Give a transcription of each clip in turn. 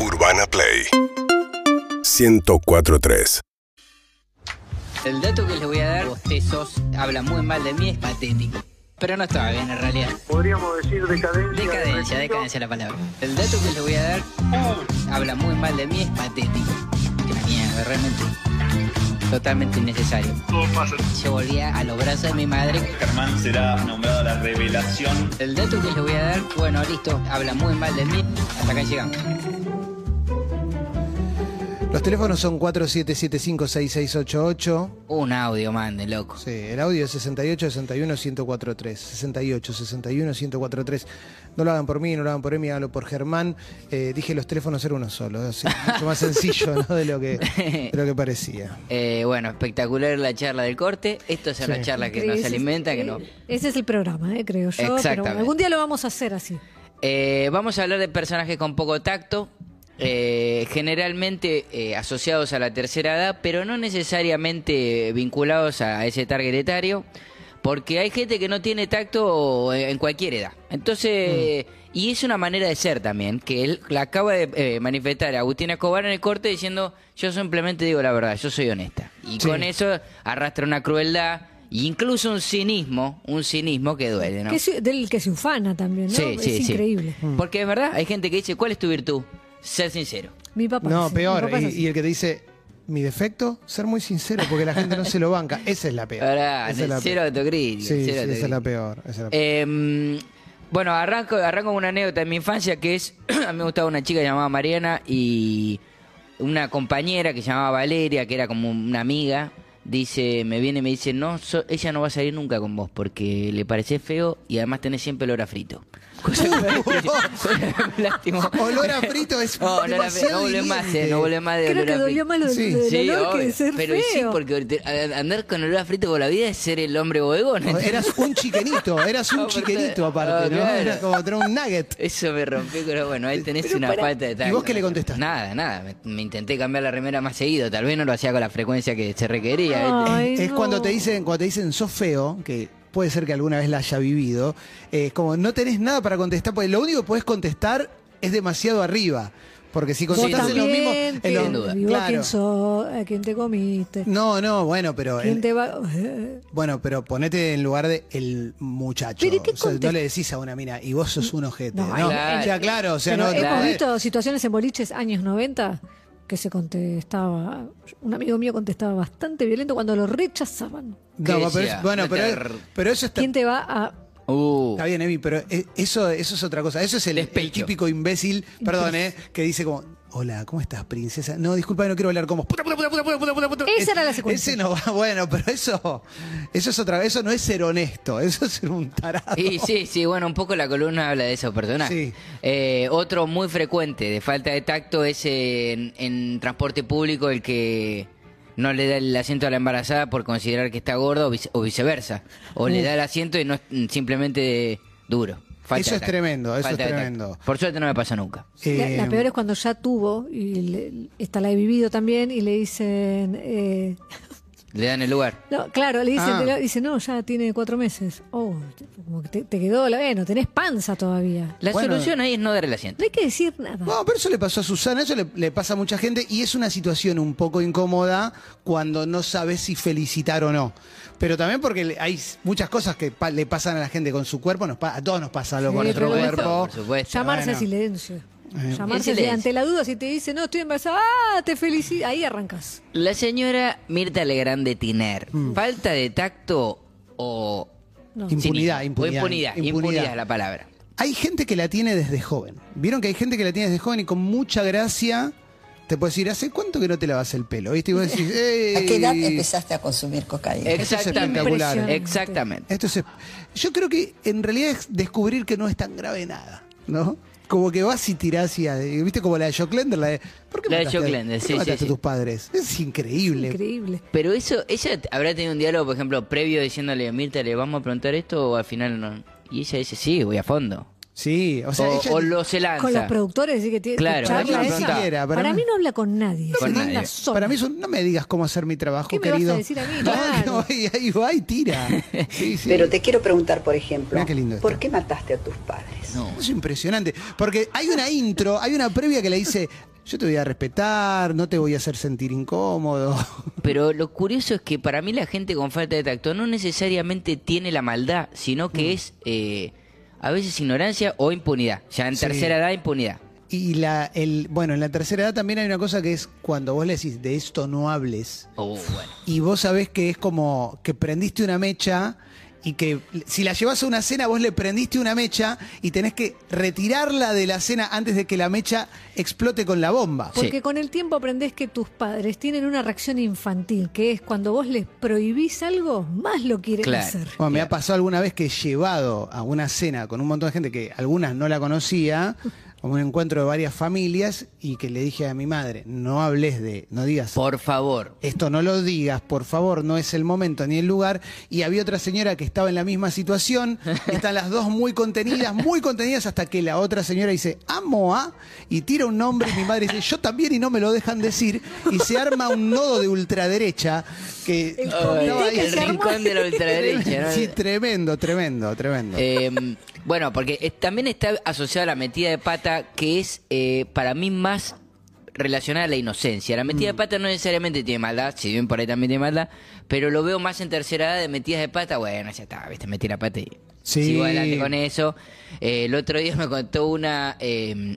Urbana Play 1043. El dato que les voy a dar, bostezos, habla muy mal de mí, es patético. Pero no estaba bien en realidad. podríamos decir decadencia. Decadencia, decadencia la palabra. El dato que les voy a dar, habla muy mal de mí, es patético. Que la mierda, realmente. Totalmente innecesario. Todo pasa. Yo volvía a los brazos de mi madre. Germán será nombrado la revelación. El dato que les voy a dar, bueno, listo, habla muy mal de mí. Hasta acá llegamos. Los teléfonos son 47756688. Un audio, mande, loco. Sí, el audio es 68 61 1043. 68 61 1043. No lo hagan por mí, no lo hagan por Emi, háganlo por Germán. Eh, dije los teléfonos eran uno solo, así, mucho más sencillo ¿no? de, lo que, de lo que parecía. Eh, bueno, espectacular la charla del corte. Esto es una Sí. charla que Sí, nos ese es- alimenta, que no. Eh, Ese es el programa, eh, creo yo. Pero Exactamente. bueno, algún día lo vamos a hacer así. Eh, vamos a hablar de personajes con poco tacto, eh, generalmente eh, asociados a la tercera edad, pero no necesariamente vinculados a ese target etario, porque hay gente que no tiene tacto en cualquier edad. Entonces, y es una manera de ser también, que él la acaba de eh, manifestar Agustín Escobar en el corte diciendo, yo simplemente digo la verdad, yo soy honesta. Y Sí. con eso arrastra una crueldad. e Incluso un cinismo, un cinismo que duele, ¿no? Que se- del que se ufana también, ¿no? Sí, es sí, sí. increíble. Mm. Porque es verdad, hay gente que dice, ¿cuál es tu virtud? Ser sincero. Mi papá. No, sí, mi peor. papá es Y, así. y el que te dice, mi defecto, ser muy sincero, porque la gente no se lo banca. Esa es la peor. Ahora, esa es la cero peor. autocrítica. Sí, sí, cero esa es la autocrítica. peor. esa es la peor. Eh, bueno, arranco, arranco con una anécdota de mi infancia que es, a mí me gustaba una chica llamada Mariana y una compañera que se llamaba Valeria, que era como una amiga, dice, me viene y me dice, no, so- ella no va a salir nunca con vos porque le parecés feo y además tenés siempre olor a frito. Cosa que me lastimó. Olor a frito es No, olor a frito, demasiado no vuelve más, eh, hiriente. no vuelve más de Creo olor que a frito. dolió más lo del- Sí. del Sí, olor que obvio. de ser pero feo. sí, porque te- a- andar con olor a frito por la vida es ser el hombre bodegón. No, ¿entendés? Eras un chiquenito, eras un No, porque- chiquenito Ah, aparte, ¿no? claro. Era como tener un nugget. Eso me rompió, pero bueno, ahí tenés una falta de tacto. ¿Y vos qué le contestaste? Nada, nada. Me, me intenté cambiar la remera más seguido. Tal vez no lo hacía con la frecuencia que se requería. ¿viste? Ay, es no. cuando te dicen, cuando te dicen sos feo, que puede ser que alguna vez la haya vivido, eh, es como no tenés nada para contestar, porque lo único que podés contestar es demasiado arriba. Porque si Vos contestás en los mismos. también, en los- que- Sin duda. y vos claro. quién sos, a quién te comiste, No, no, bueno, pero. quién el- te va... bueno, pero ponete en lugar de el muchacho. Pero ¿y qué O sea, no contest- le decís a una mina, y vos sos un ojete. No, No, claro. O sea, claro, o sea, Pero no. eh. hemos claro. podés- visto situaciones en boliches años 90 que se contestaba, un amigo mío contestaba bastante violento cuando lo rechazaban. No, ¿Qué pero decía? es- bueno, No te pero, r- pero eso está, ¿Quién te va a Uh, Está bien, Emi, pero e- eso, eso es otra cosa. Eso es el, el Despecho. típico imbécil, perdón, ¿eh? Que dice como, hola, ¿cómo estás, princesa? No, disculpa, no quiero hablar como... Puta, puta, puta, puta, puta, puta, puta, puta". Esa era la secuencia. Ese no va, bueno, pero eso, eso es otra eso no es ser honesto, eso es ser un tarado. Y sí, sí, bueno, un poco la columna habla de esos personajes. Sí. Eh, otro muy frecuente de falta de tacto es eh, en, en transporte público el que no le da el asiento a la embarazada por considerar que está gorda o, vice- o viceversa. O le da el asiento y no es- mm, simplemente duro. Falta Eso de es tacto. tremendo, eso Falta es de tacto. tremendo. Por suerte no me pasa nunca. La, Eh, la peor es cuando ya tuvo, y le- esta la he vivido también, y le dicen, eh, Le dan el lugar. no, claro, le dicen, Ah. le- dice, no, ya tiene cuatro meses. Oh, como que te, te quedó, la- bueno, tenés panza todavía. La Bueno. solución ahí es no dar el asiento. No hay que decir nada. No, pero eso le pasó a Susana, eso le, le pasa a mucha gente y es una situación un poco incómoda cuando no sabes si felicitar o no. Pero también porque le- hay s- muchas cosas que pa- le pasan a la gente con su cuerpo, nos pa- a todos nos pasa algo Sí, con nuestro Eh, pero bueno. cuerpo. Por supuesto. Llamarse bueno. Eh, a silencio. El Llamarse a- silencio. ante la duda, si te dice, no, estoy embarazada, ah, te felicito. Ahí arrancas. La señora Mirta Legrand de Tiner. Mm. ¿Falta de tacto o No. Impunidad, cinismo? O impunidad, impunidad, impunidad es la palabra. Hay gente que la tiene desde joven. Vieron que hay gente que la tiene desde joven y con mucha gracia te puedes decir, ¿hace cuánto que no te lavas el pelo? ¿Viste? Y vos decís, ¿A qué edad "Ey". empezaste a consumir cocaína? Eso es Exactamente. espectacular. Exactamente. Esto es- yo creo que en realidad es descubrir que no es tan grave nada, ¿no? Como que vas y tirás y, a- viste como la de Jock Lender, la de ¿por qué La de mataste, a- Jock Lender, por qué sí, sí, mataste sí. a tus padres? Es increíble. Increíble. Pero eso, ella habrá tenido un diálogo, por ejemplo, previo diciéndole, Mirta, ¿le vamos a preguntar esto o al final no? Y ella dice, sí, voy a fondo. Sí, o sea, o, ella- o lo se lanza. Con los productores, así que tiene Claro, charla ella no esa. pregunta. Siquiera, para para, mí- mí no habla con nadie. Con se nadie. manda sola. para mí es un- no me digas cómo hacer mi trabajo, ¿Qué me vas a querido. decir a mí? No, Claro. que va y- ahí va y tira. Sí, sí. Pero te quiero preguntar, por ejemplo, Mirá qué lindo ¿por esto. qué mataste a tus padres? No. Es impresionante, porque hay una intro, hay una previa que le dice, yo te voy a respetar, no te voy a hacer sentir incómodo. Pero lo curioso es que para mí la gente con falta de tacto no necesariamente tiene la maldad, sino Mm. que es eh, a veces ignorancia o impunidad. Ya en Sí. tercera edad, impunidad. Y la, el, bueno, en la tercera edad también hay una cosa que es cuando vos le decís, de esto no hables, Oh, bueno. y vos sabés que es como que prendiste una mecha y que si la llevas a una cena vos le prendiste una mecha y tenés que retirarla de la cena antes de que la mecha explote con la bomba. Sí. Porque con el tiempo aprendés que tus padres tienen una reacción infantil, que es cuando vos les prohibís algo, más lo quieren Claro. hacer. Bueno, me ha pasado alguna vez que he llevado a una cena con un montón de gente que algunas no la conocía, a un encuentro de varias familias y que le dije a mi madre, no hables de, no digas Por favor. esto no lo digas, por favor, no es el momento ni el lugar. Y había otra señora que estaba en la misma situación, y están las dos muy contenidas, muy contenidas, hasta que la otra señora dice, amo a, y tira un nombre, y mi madre dice, yo también, y no me lo dejan decir, y se arma un nodo de ultraderecha que El estaba comité ahí. que el se armó. rincón de la ultraderecha. ¿no? Sí, tremendo, tremendo, tremendo. Eh, bueno, porque es- también está asociada la metida de pata, que es eh, para mí más relacionada a la inocencia. La metida de pata no necesariamente tiene maldad, si bien por ahí también tiene maldad, pero lo veo más en tercera edad de metidas de pata. Bueno, ya está, viste, metí la pata y Sí. sigo adelante con eso. Eh, el otro día me contó una. eh,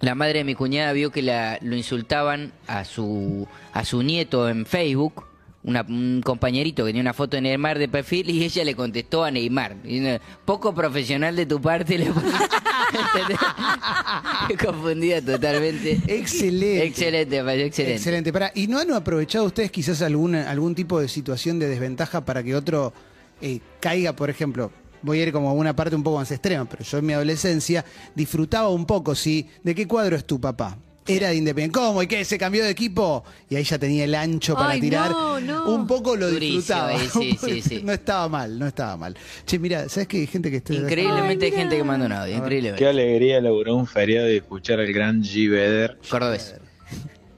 la madre de mi cuñada vio que la, lo insultaban a su, a su nieto en Facebook, una- un compañerito que tenía una foto de Neymar de perfil, y ella le contestó a Neymar. diciendo, Poco profesional de tu parte. Le puso". ¿Entendés? Confundida totalmente. Excelente. Excelente, Fayo, excelente. Excelente. Pará, ¿Y no han aprovechado ustedes quizás alguna, algún tipo de situación de desventaja para que otro eh, caiga, por ejemplo? Voy a ir como a una parte un poco más extrema, pero yo en mi adolescencia disfrutaba un poco, ¿sí? ¿De qué cuadro es tu papá? Era de Independiente. ¿Cómo? ¿Y qué? ¿Se cambió de equipo? Y ahí ya tenía el ancho para Ay, tirar. no, no. Un poco lo Durísimo, disfrutaba. eh, sí, sí, sí. No estaba mal, no estaba mal. Che, mira, ¿sabes que hay gente que está... Increíblemente hay gente que manda un audio, Qué increíblemente. alegría logró un feriado y escuchar al gran G. Vedder. Cordobés.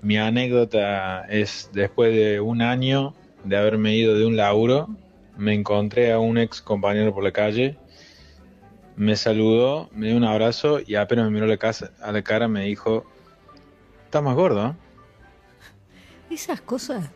Mi anécdota es después de un año de haberme ido de un laburo, me encontré a un ex compañero por la calle, me saludó, me dio un abrazo y apenas me miró la casa, a la cara me dijo, estás más gordo. ¿eh? Esas cosas.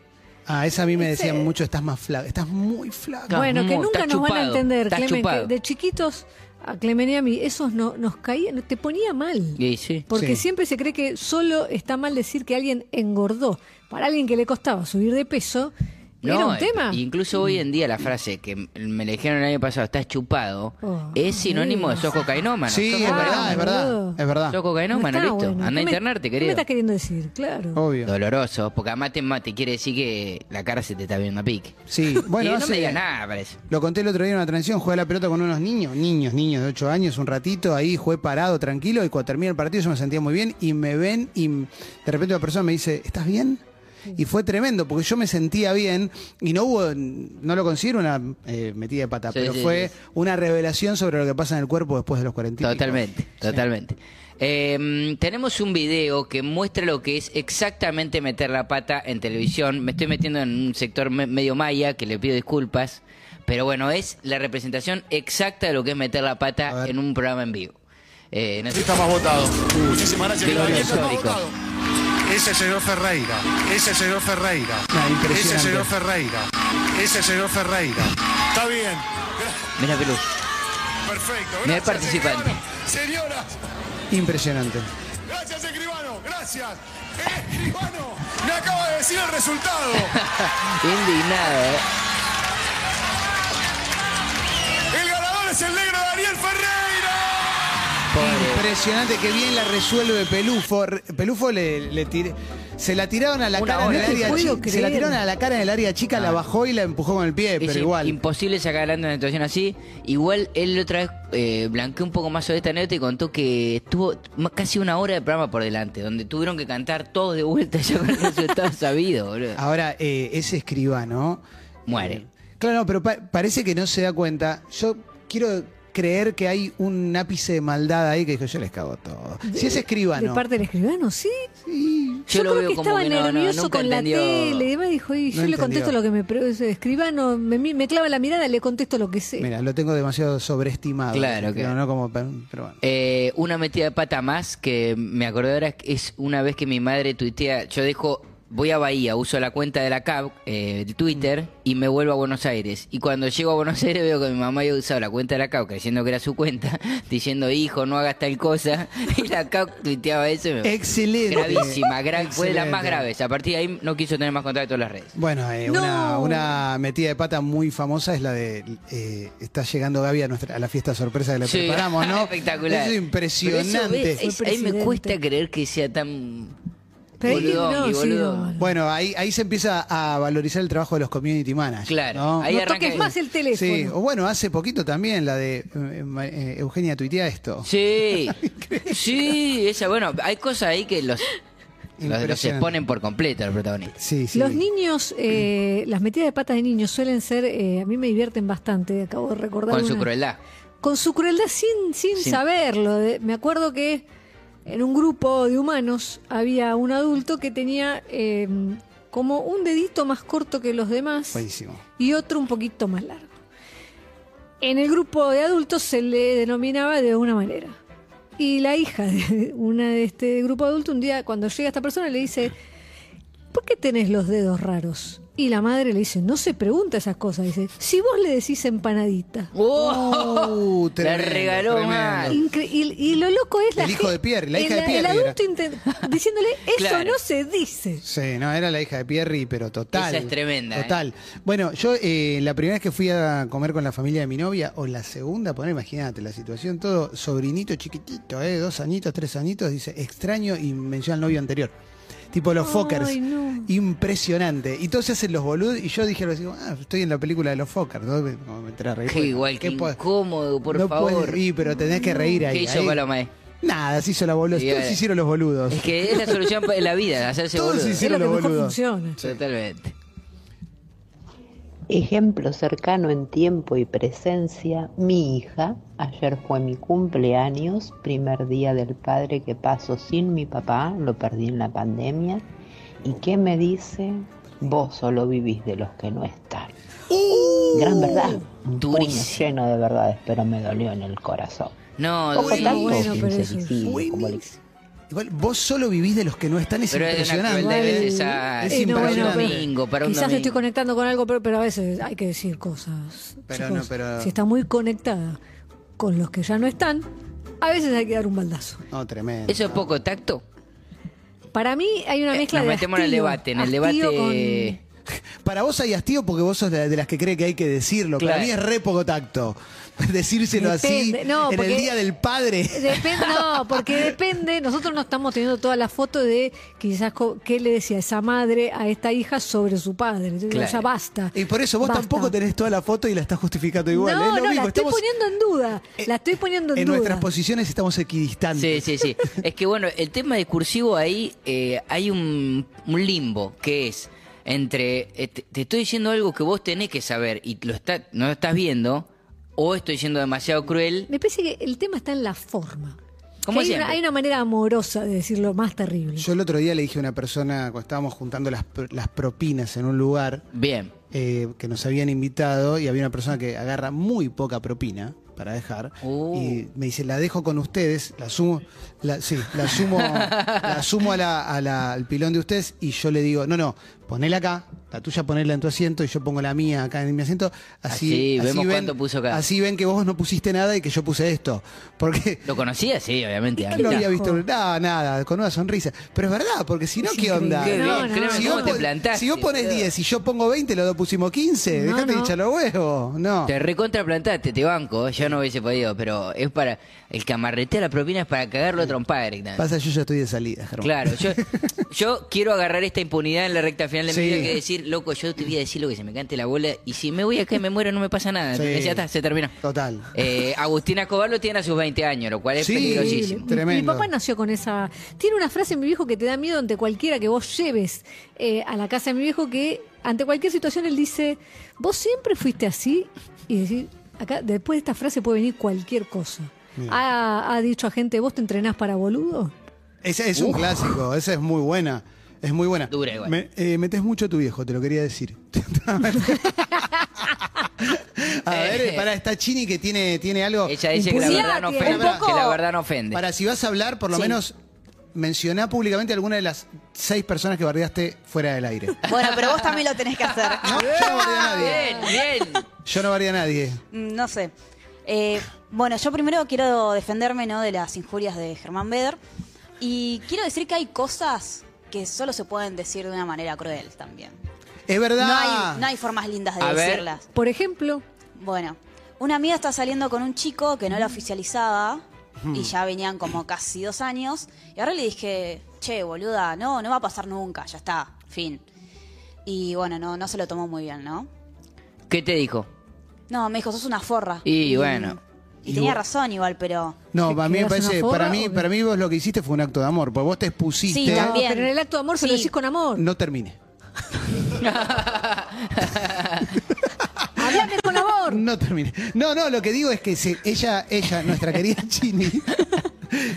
Ah, esa a mí me Ese- decían mucho, estás más flaco, estás muy flaco. Estás bueno, que mu- nunca estás nos van a chupado, entender, estás Clemen, chupado. que de chiquitos a Clemen y a mí, esos no, nos caían, te ponía mal. Y sí. Porque Sí. siempre se cree que solo está mal decir que alguien engordó. Para alguien que le costaba subir de peso, era un eh, tema. Incluso hoy en día la frase que m- me le dijeron el año pasado, estás chupado, Oh, es sinónimo de sos cocainómano. Sí, Sos es verdad, cocainómano. es verdad, boludo. es verdad. Sos No cocainómano, está listo. bueno. Anda a ¿Qué me- internarte, ¿Qué me querido. estás queriendo decir? Claro. Obvio. Doloroso, porque además te, ma- te quiere decir que la cara se te está viendo a pique. Sí, bueno, Y no hace- me digas nada, parece. Lo conté el otro día en una transición, jugué a la pelota con unos niños, niños, niños de 8 años, un ratito ahí, jugué parado, tranquilo, y cuando terminé el partido yo me sentía muy bien y me ven y de repente una persona me dice, ¿estás bien? Y fue tremendo, porque yo me sentía bien y no hubo, no lo considero una eh, metida de pata, Sí, pero sí, fue sí. una revelación sobre lo que pasa en el cuerpo después de los 40. y pico. Totalmente, totalmente. Eh, tenemos un video que muestra lo que es exactamente meter la pata en televisión. Me estoy metiendo en un sector me- medio maya, que le pido disculpas. Pero bueno, es la representación exacta de lo que es meter la A pata ver. en un programa en vivo. Eh, no sé- Está más votado. Muchísimas gracias, Gloria Claudia. Está más histórico. votado. Ese señor Ferreira. Ese señor Ferreira. Ah, impresionante. Ese señor Ferreira. Ese señor Ferreira. Está bien. Gra- Mira, Pelú. Perfecto. No hay Gracias, participante. Escribano. Señoras. Impresionante. Gracias, Escribano. Gracias. Eh, Escribano. Me acaba de decir el resultado. Indignado, ¿eh? El ganador es el negro Daniel Ferreira. Pobre. Impresionante, que bien la resuelve Pelufo. Re- Pelufo le, le tir- se la tiraron a la Una cara en hora. el No te área puedo chica. Se la creer. tiraron a la cara en el área chica, la bajó y la empujó con el pie, Ah. Es pero igual. imposible sacar adelante una situación así. Igual él otra vez eh, blanqueó un poco más sobre esta anécdota y contó que estuvo ma- casi una hora de programa por delante, donde tuvieron que cantar todos de vuelta ya con el resultado sabido, boludo. Ahora, eh, ese escribano. Eh, Muere. Claro, no, pero pa- parece que no se da cuenta. Yo quiero creer que hay un ápice de maldad ahí que dijo, yo les cago todo. si es escribano. De parte del escribano, sí. Sí. Yo lo creo veo que como estaba que no, no, nervioso nunca con entendió. la tele y demás. Dijo, y yo No le contesto entendió. lo que me pre- escribano, me, mi- me clava la mirada, le contesto lo que sé. Mira, lo tengo demasiado sobreestimado. Claro, Pero claro. no como. Pero bueno. Eh, una metida de pata más que me acordé ahora es una vez que mi madre tuitea, yo dejo, voy a Bahía, uso la cuenta de la CAB, eh, el Twitter, y me vuelvo a Buenos Aires. Y cuando llego a Buenos Aires veo que mi mamá había usado la cuenta de la CAB, creyendo que era su cuenta, diciendo, hijo, no hagas tal cosa. Y la CAB tuiteaba eso. y me- Excelente. Eh, Gravísima, gra- fue de las más Excelente. graves. A partir de ahí no quiso tener más contacto en las redes. Bueno, eh, No. una, una metida de pata muy famosa es la de eh, está llegando Gaby a, nuestra, a la fiesta sorpresa que le Sí. preparamos, ¿no? Espectacular. Eso es impresionante. Pero eso Es- ahí me Presidente. cuesta creer que sea tan... Pero es que boludón no, y sí, boludo. no. Bueno, ahí, ahí se empieza a valorizar el trabajo de los community managers. Claro. ¿no? Ahí no arranca toques el- más el teléfono. Sí, uh, o bueno, hace poquito también la de eh, ma- eh, Eugenia tuitea esto. Sí, sí, esa, bueno, hay cosas ahí que los, los, los Impresionante. exponen por completo al protagonista. Sí, sí. Los niños, eh, las metidas de patas de niños suelen ser, eh, a mí me divierten bastante, acabo de recordar. Con su una. crueldad. Con su crueldad sin, sin Sin- saberlo. De- Me acuerdo que en un grupo de humanos había un adulto que tenía eh, como un dedito más corto que los demás Buenísimo. y otro un poquito más largo. En el grupo de adultos se le denominaba de una manera. Y la hija de una de este grupo adulto un día cuando llega esta persona le dice, ¿por qué tenés los dedos raros? Y la madre le dice, no se pregunta esas cosas. Dice, si vos le decís empanadita. ¡Oh! Uh, La tremendo, regaló tremendo. mal. Incre- y, y lo loco es la El hijo ge- de Pierre, la hija el, de Pierre el era. adulto inten- diciéndole, eso Claro. no se dice. Sí, no, era la hija de Pierri, pero total. Esa es tremenda, ¿eh? Total. Bueno, yo eh, la primera vez que fui a comer con la familia de mi novia, o la segunda, poner, imagínate la situación, todo sobrinito chiquitito, eh, dos añitos, tres añitos, dice extraño y menciona al novio anterior. Tipo los Ay, Fockers. no. Impresionante. Y todos se hacen los boludos y yo dije algo así, como, ah, estoy en la película de los Fockers. ¿no? Me- como me entré a reír. Qué Bueno, igual, ¿qué que po- incómodo, por no puedes favor. reír, pero tenés que reír ahí. ¿Qué hizo ahí- Paloma? eh? Nada, se hizo la boluda. Y, Todos eh, se hicieron los boludos. Es que es la solución para la vida, hacerse Todos boludo. hicieron es lo que los mejor boludos. funciona. Totalmente. Ejemplo cercano en tiempo y presencia, mi hija, ayer fue mi cumpleaños, primer día del padre que paso sin mi papá, lo perdí en la pandemia, y qué me dice, vos solo vivís de los que no están. ¡Uh! Gran verdad, Uh, un puño Durísimo. lleno de verdades, pero me dolió en el corazón. No, Poco durísimo. tanto, bueno, pero eso es infelicidio, como le Igual vos solo vivís de los que no están, es Pero es de una impresionante. crueldad Igual- innecesaria. Es Eh, no, bueno, impresionante. pero domingo, para un Quizás estoy domingo. conectando con algo, pero, pero a veces hay que decir cosas. Pero chicos. no, pero- Si está muy conectada con los que ya no están, a veces hay que dar un baldazo. No, tremendo. ¿Eso es poco tacto? Para mí hay una Eh, mezcla nos de. metemos en el hastío, debate, en el hastío debate... con- Para vos hay hastío porque vos sos de de las que cree que hay que decirlo. Claro. Para mí es re poco tacto. Decírselo Depende, así no, en porque- el día del padre. Depende, no, porque depende. Nosotros no estamos teniendo toda la foto de quizás co- qué le decía esa madre a esta hija sobre su padre. Entonces, Claro. Ya basta. Y por eso vos basta. tampoco tenés toda la foto y la estás justificando igual. No, es lo no, mismo. la estoy estamos Eh, poniendo en duda. La estoy poniendo en, en duda. nuestras posiciones estamos equidistantes. Sí, sí, sí. Es que bueno, el tema discursivo ahí eh, hay un, un limbo que es entre eh, te, te estoy diciendo algo que vos tenés que saber y lo está, no lo estás viendo o estoy siendo demasiado cruel. Me parece que el tema está en la forma. Como Que hay, siempre. una, hay una manera amorosa de decirlo más terrible. Yo el otro día le dije a una persona, cuando estábamos juntando las, pro- las propinas en un lugar, Bien. eh, que nos habían invitado y había una persona que agarra muy poca propina para dejar Uh. y me dice la dejo con ustedes la sumo la, sí la sumo la sumo a la- a la- al pilón de ustedes y yo le digo no no ponela acá la tuya ponela en tu asiento y yo pongo la mía acá en mi asiento Así así, vemos cuánto puso cada- así ven que vos no pusiste nada y que yo puse esto porque ¿Lo conocías? Sí, obviamente. no Anita. lo Mira. había visto no, nada con una sonrisa pero es verdad porque si no Es qué increíble. onda Qué No, bien, no, Clemen, no. ¿cómo vos te pon- plantaste? si vos pones 10 y yo pongo 20, los dos pusimos 15. No, Dejate no. de hinchar los huevos. No. Te recontraplantaste, te banco. Yo no hubiese podido, pero es para. El camarrete a la propina es para cagarlo a trompada directamente. Pasa, yo ya estoy de salida, Germán. Claro, yo, yo quiero agarrar esta impunidad en la recta final de Sí. mi vida que decir, loco, yo te voy a decir lo que se me cante la bola y si me voy acá y me muero no me pasa nada. Sí. Entonces, ya está, se terminó. Total. Eh, Agustina Escobar lo tiene a sus 20 años, lo cual es Sí. peligrosísimo. Mi- Mi, Tremendo. papá nació con esa. Tiene una frase mi viejo que te da miedo ante cualquiera que vos lleves eh, a la casa de mi viejo que ante cualquier situación él dice, vos siempre fuiste así y decir, Acá, después de esta frase puede venir cualquier cosa. Mira. Ha, ha dicho a gente, ¿vos te entrenás para boludo? Ese es un clásico, esa es muy buena. Es muy buena. Dura igual. Me- eh, metes mucho a tu viejo, te lo quería decir. a ver, eh, pará, está Chini que tiene, tiene algo. Ella dice que la, impulsivo. verdad no que- ofende, un poco- que la verdad no ofende. Para si vas a hablar, por lo Sí. menos mencioná públicamente alguna de las seis personas que bardeaste fuera del aire. Bueno, pero vos también lo tenés que hacer. Ah, No, yo no bardeo a nadie. Bien, Ah, bien. Yo no bardeo a nadie. Mm, No sé. Eh, bueno, yo primero quiero defenderme ¿no? de las injurias de Germán Beder. Y quiero decir que hay cosas que solo se pueden decir de una manera cruel también. Es No verdad. hay, no hay formas lindas de A ver. decirlas. Por ejemplo, Bueno, una amiga está saliendo con un chico que no la oficializaba y ya venían como casi dos años. Y ahora le dije, che, boluda, no, no va a pasar nunca, ya está, fin. Y bueno, no, no se lo tomó muy bien, ¿no? ¿Qué te dijo? No, me dijo, sos una forra. Y bueno. Y tenía razón igual, pero... No, para mí, me ¿Quedas una parece, forra para, mí, o qué? para mí vos lo que hiciste fue un acto de amor, porque vos te expusiste. Sí, no, también. pero en el acto de amor se lo Sí. decís con amor. No termine. Hablame con amor. No termine. No, no, lo que digo es que se- ella, ella, nuestra querida Chini,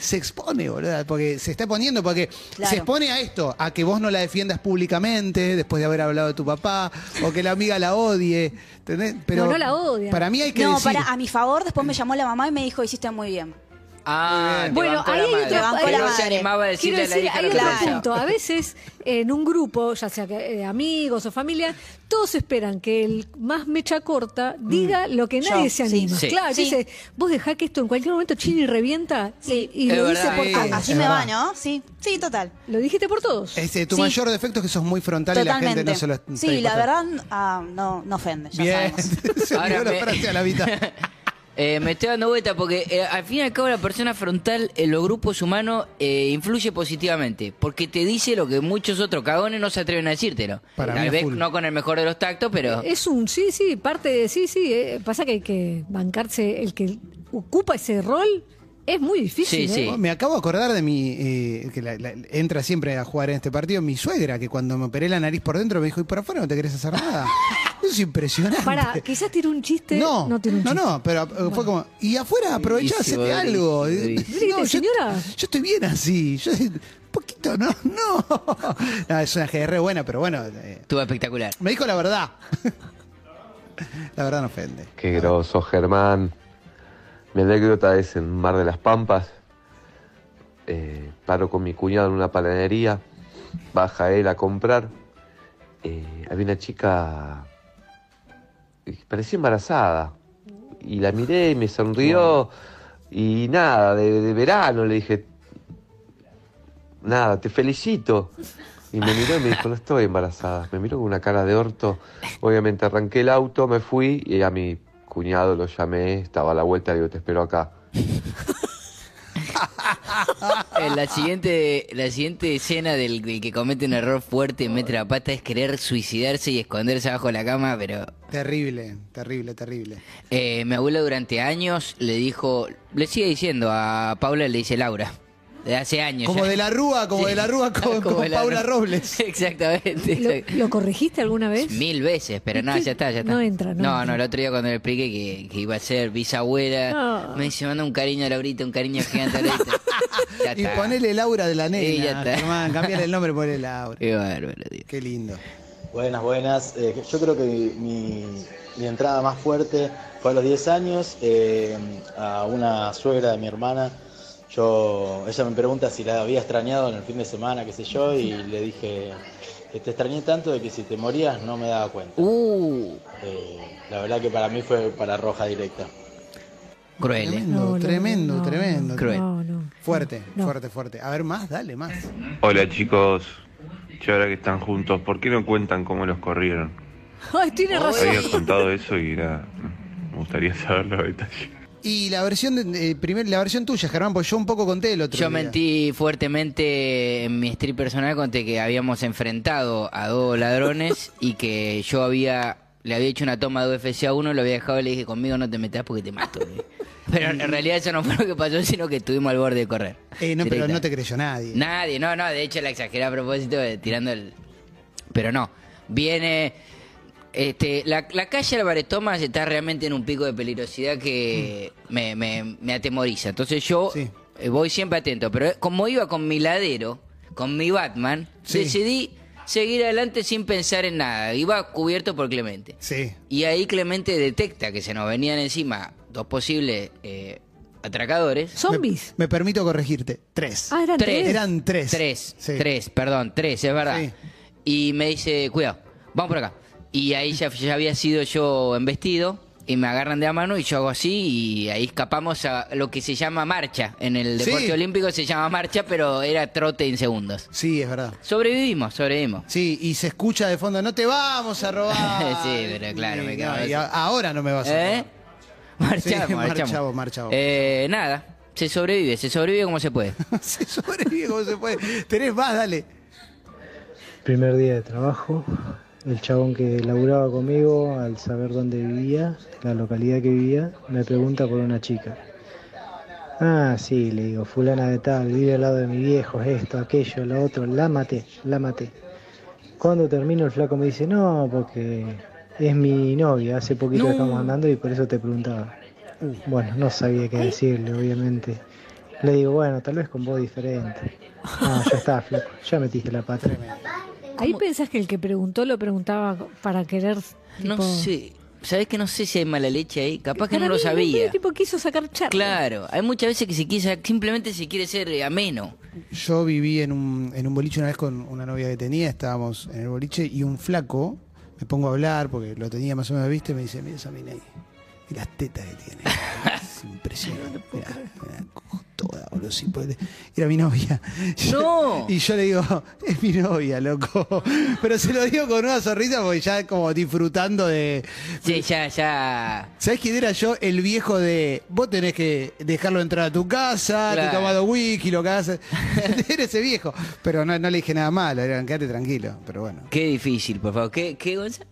se expone, boludo, porque se está poniendo, porque Claro. se expone a esto, a que vos no la defiendas públicamente después de haber hablado de tu papá, o que la amiga la odie. ¿entendés? Pero No, no la odia. Para mí hay que No, decir. para, a mi favor, después me llamó la mamá y me dijo, hiciste muy bien. Ah, te Bueno, bancó ahí la hay madre. otro, bancó hay- la no se madre. animaba a decirle Quiero a decir, la hija hay lo que otro pensaba. punto. A veces en un grupo, ya sea que, eh, amigos o familia, todos esperan que el más mecha corta diga lo que nadie Yo, se sí. anima. Mm. Sí. Claro, Sí. dice, vos dejá que esto en cualquier momento chini revienta y- Sí. y, Es lo dice verdad, por eh. todos. Ah, Así es me va, verdad. ¿no? Sí, sí, total. Lo dijiste por todos. Este, tu Sí. mayor defecto es que sos muy frontal y la Totalmente. gente no se lo está sí, la dispuesta. verdad, ah, no, no ofende, ya Bien, sabemos. se Ahora olvidó la me- frase a la mitad. Eh, me estoy dando vuelta porque eh, al fin y al cabo la persona frontal en los grupos humanos eh, influye positivamente porque te dice lo que muchos otros cagones no se atreven a decírtelo. Para Tal mí es vez full. no con el mejor de los tactos, pero Es un sí, sí, parte de sí, sí. eh, Pasa que hay que bancarse, el que ocupa ese rol es muy difícil. Sí, ¿eh? sí. Oh, Me acabo de acordar de mi. eh, que la- la- entra siempre a jugar en este partido, mi suegra, que cuando me operé la nariz por dentro me dijo, ¿y por afuera no te querés hacer nada? Eso es impresionante. Para, quizás tiene un chiste. no, no tiene un no, chiste. no, pero eh, fue como, y afuera aprovechá, Y se hacete va, algo. y- y- Eh, Dijiste, yo- "Señora". Yo, estoy bien así. Yo, un poquito, no, no. No, es una GR buena, pero bueno, eh, estuvo espectacular. me dijo la verdad. La verdad no ofende. Qué groso, Germán. Mi anécdota es en Mar de las Pampas. Eh, paro con mi cuñado en una panadería. Baja él a comprar. Eh, había una chica. eh, Parecía embarazada. Y la miré y me sonrió. Y nada, de, de verano le dije. Nada, te felicito. Y me miró y me dijo, no estoy embarazada. Me miró con una cara de orto. Obviamente arranqué el auto, me fui y a mi cuñado lo llamé, estaba a la vuelta, le digo, te espero acá. Eh, la siguiente la siguiente escena del, del que comete un error fuerte y mete la pata es querer suicidarse y esconderse abajo de la cama, pero Terrible, terrible, terrible. eh, mi abuela durante años le dijo, le sigue diciendo a Paula, le dice Laura, de hace años. Como ya. de la Rúa, como de la Rúa con, Como con de la Paula Rúa. Robles. Exactamente. ¿Lo, lo corregiste alguna vez? Mil veces, pero ¿Y no, qué? ya está, ya está. No entra, no No, entra. no, el otro día cuando le expliqué que, que iba a ser bisabuela, No. me dice, manda un cariño a Laurita, un cariño gigante a Laurita. Ya Y está. ponele Laura de la nena. Sí, ya está. Germán, cambiale el nombre, ponele Laura. Qué bárbaro, tío. Qué lindo. Buenas, buenas. Eh, yo creo que mi, mi- mi entrada más fuerte fue a los 10 años eh, a una suegra de mi hermana. Yo, ella me pregunta si la había extrañado en el fin de semana, qué sé yo, y le dije que te extrañé tanto de que si te morías no me daba cuenta. Uh, Eh, la verdad que para mí fue para roja directa. cruel, ¿eh? Tremendo, tremendo, tremendo. Cruel. No, no. Fuerte, No. fuerte, fuerte. A ver, más, dale, más. Hola chicos, che, ahora que están juntos, ¿por qué no cuentan cómo los corrieron? Ay, tiene razón. contado eso y me gustaría saber los detalles. Y la versión de, eh, primer- la versión tuya, Germán, porque yo un poco conté el otro Yo día. mentí fuertemente en mi stream personal, conté que habíamos enfrentado a dos ladrones y que yo había le había hecho una toma de UFC a uno, lo había dejado y le dije, conmigo no te metas porque te mato. eh". Pero en realidad eso no fue lo que pasó, sino que estuvimos al borde de correr. Mm. Eh, no, pero Directa. no te creyó nadie. Nadie, no, no, de hecho la exageré a propósito de tirando el... Pero no, viene Este, la, la calle Álvarez Tomás está realmente en un pico de peligrosidad que me, me- me atemoriza. Entonces yo eh, voy siempre atento. Pero eh, como iba con mi ladero, con mi Batman, decidí seguir adelante sin pensar en nada. Iba cubierto por Clemente. Sí. Y ahí Clemente detecta que se nos venían encima dos posibles eh, atracadores. ¿Zombies? Me permito corregirte. Tres. Ah, eran tres. Eran tres. Tres, tres, perdón, tres, es verdad. Y me dice, cuidado, vamos por acá. Y ahí ya, ya había sido yo embestido y me agarran de la mano y yo hago así y ahí escapamos a lo que se llama marcha. En el Sí. deporte olímpico se llama marcha, pero era trote en segundos. Sí, es verdad. Sobrevivimos, sobrevivimos. Sí, y se escucha de fondo, no te vamos a robar. sí, pero claro, me Y cago no, en y eso. a- ahora no me vas a robar. ¿Eh? Marchamos, Sí, marcha marchamos. vos, marcha vos. Eh, nada, se sobrevive, se sobrevive como se puede. Se sobrevive como se puede. Tenés más, dale. Primer día de trabajo, el chabón que laburaba conmigo, al saber dónde vivía, la localidad que vivía, me pregunta por una chica. Ah, sí, le digo, fulana de tal, vive al lado de mi viejo, esto, aquello, lo otro, la maté, la maté. Cuando termino el flaco me dice, no, porque es mi novia, hace poquito No. estamos andando y por eso te preguntaba. Bueno, no sabía qué decirle, obviamente. Le digo, bueno, tal vez con vos diferente. Ah, ya está, flaco, ya metiste la pata. Ahí pensás que el que preguntó lo preguntaba para querer. No tipo- sé, ¿sabés que no sé si hay mala leche ahí? Capaz que Para no lo mí, sabía. tipo quiso sacar charla. Claro, hay muchas veces que se quiere, simplemente se quiere ser eh, ameno. Yo viví en un, en un boliche una vez con una novia que tenía, estábamos en el boliche y un flaco, me pongo a hablar porque lo tenía más o menos visto y me dice, mira esa mina ahí, y las tetas que tiene. Es impresionante. Mirá, me la cojo toda, boludo, si puede". Era mi novia. No. Y yo le digo, es mi novia, loco. Pero se lo digo con una sonrisa porque ya como disfrutando de... Sí, ya, ya. ¿Sabés quién era yo? El viejo de. Vos tenés que dejarlo entrar a tu casa, Claro. te tomás dos whisky, lo que haces. era ese viejo. Pero no, no le dije nada malo, era quédate tranquilo. Pero bueno. Qué difícil, por favor. ¿Qué, qué Gonza?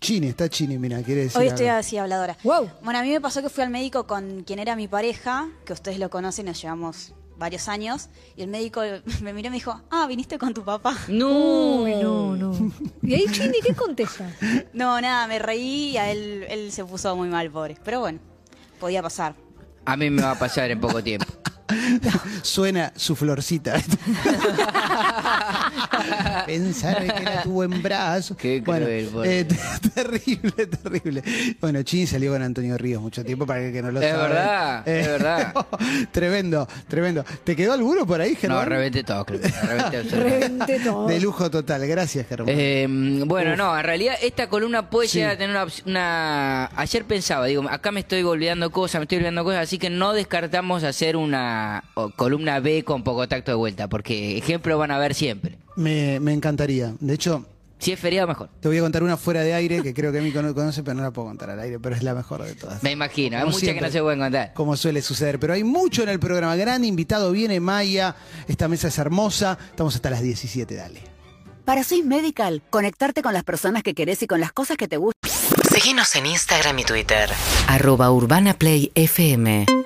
Chini, está Chini, mira, quiere decir. Hoy estoy algo. así habladora. Wow. Bueno, a mí me pasó que fui al médico con quien era mi pareja, que ustedes lo conocen, nos llevamos varios años, y el médico me miró y me dijo, ah, viniste con tu papá. Uh. No. Uy, no, no. Y ahí Chini, ¿qué contesta? No, nada, me reí y a él, él se puso muy mal, pobre. Pero bueno, podía pasar. A mí me va a pasar en poco tiempo. Suena su florcita. Pensar que era tu buen brazo. Qué Bueno, cruel, por eh, te- terrible, terrible. Bueno, Chini salió con Antonio Ríos mucho tiempo para que no lo Es sabe. Eh, verdad, es verdad. Tremendo, tremendo. ¿Te quedó alguno por ahí, No, Germán? reventé todo, Clemente, reventé absolutamente. Reventé todo. De lujo total, gracias Germán. Eh, Bueno, no, en realidad esta columna puede llegar a tener una, ops- una- Ayer pensaba, digo, acá me estoy olvidando cosas, me estoy olvidando cosas, así que no descartamos hacer una o, columna B con poco tacto de vuelta, porque ejemplo van a ver siempre. Me, me encantaría. De hecho, Si es feriado, mejor. te voy a contar una fuera de aire que creo que Mico no conoce, pero no la puedo contar al aire, pero es la mejor de todas. Me imagino, hay Como muchas que siempre. no se pueden contar. Como suele suceder, pero hay mucho en el programa. Gran invitado viene Maya. Esta mesa es hermosa. Estamos hasta las 17, dale. Para Swiss Medical, conectarte con las personas que querés y con las cosas que te gustan. Seguinos en Instagram y Twitter. Arroba Urbana Play FM.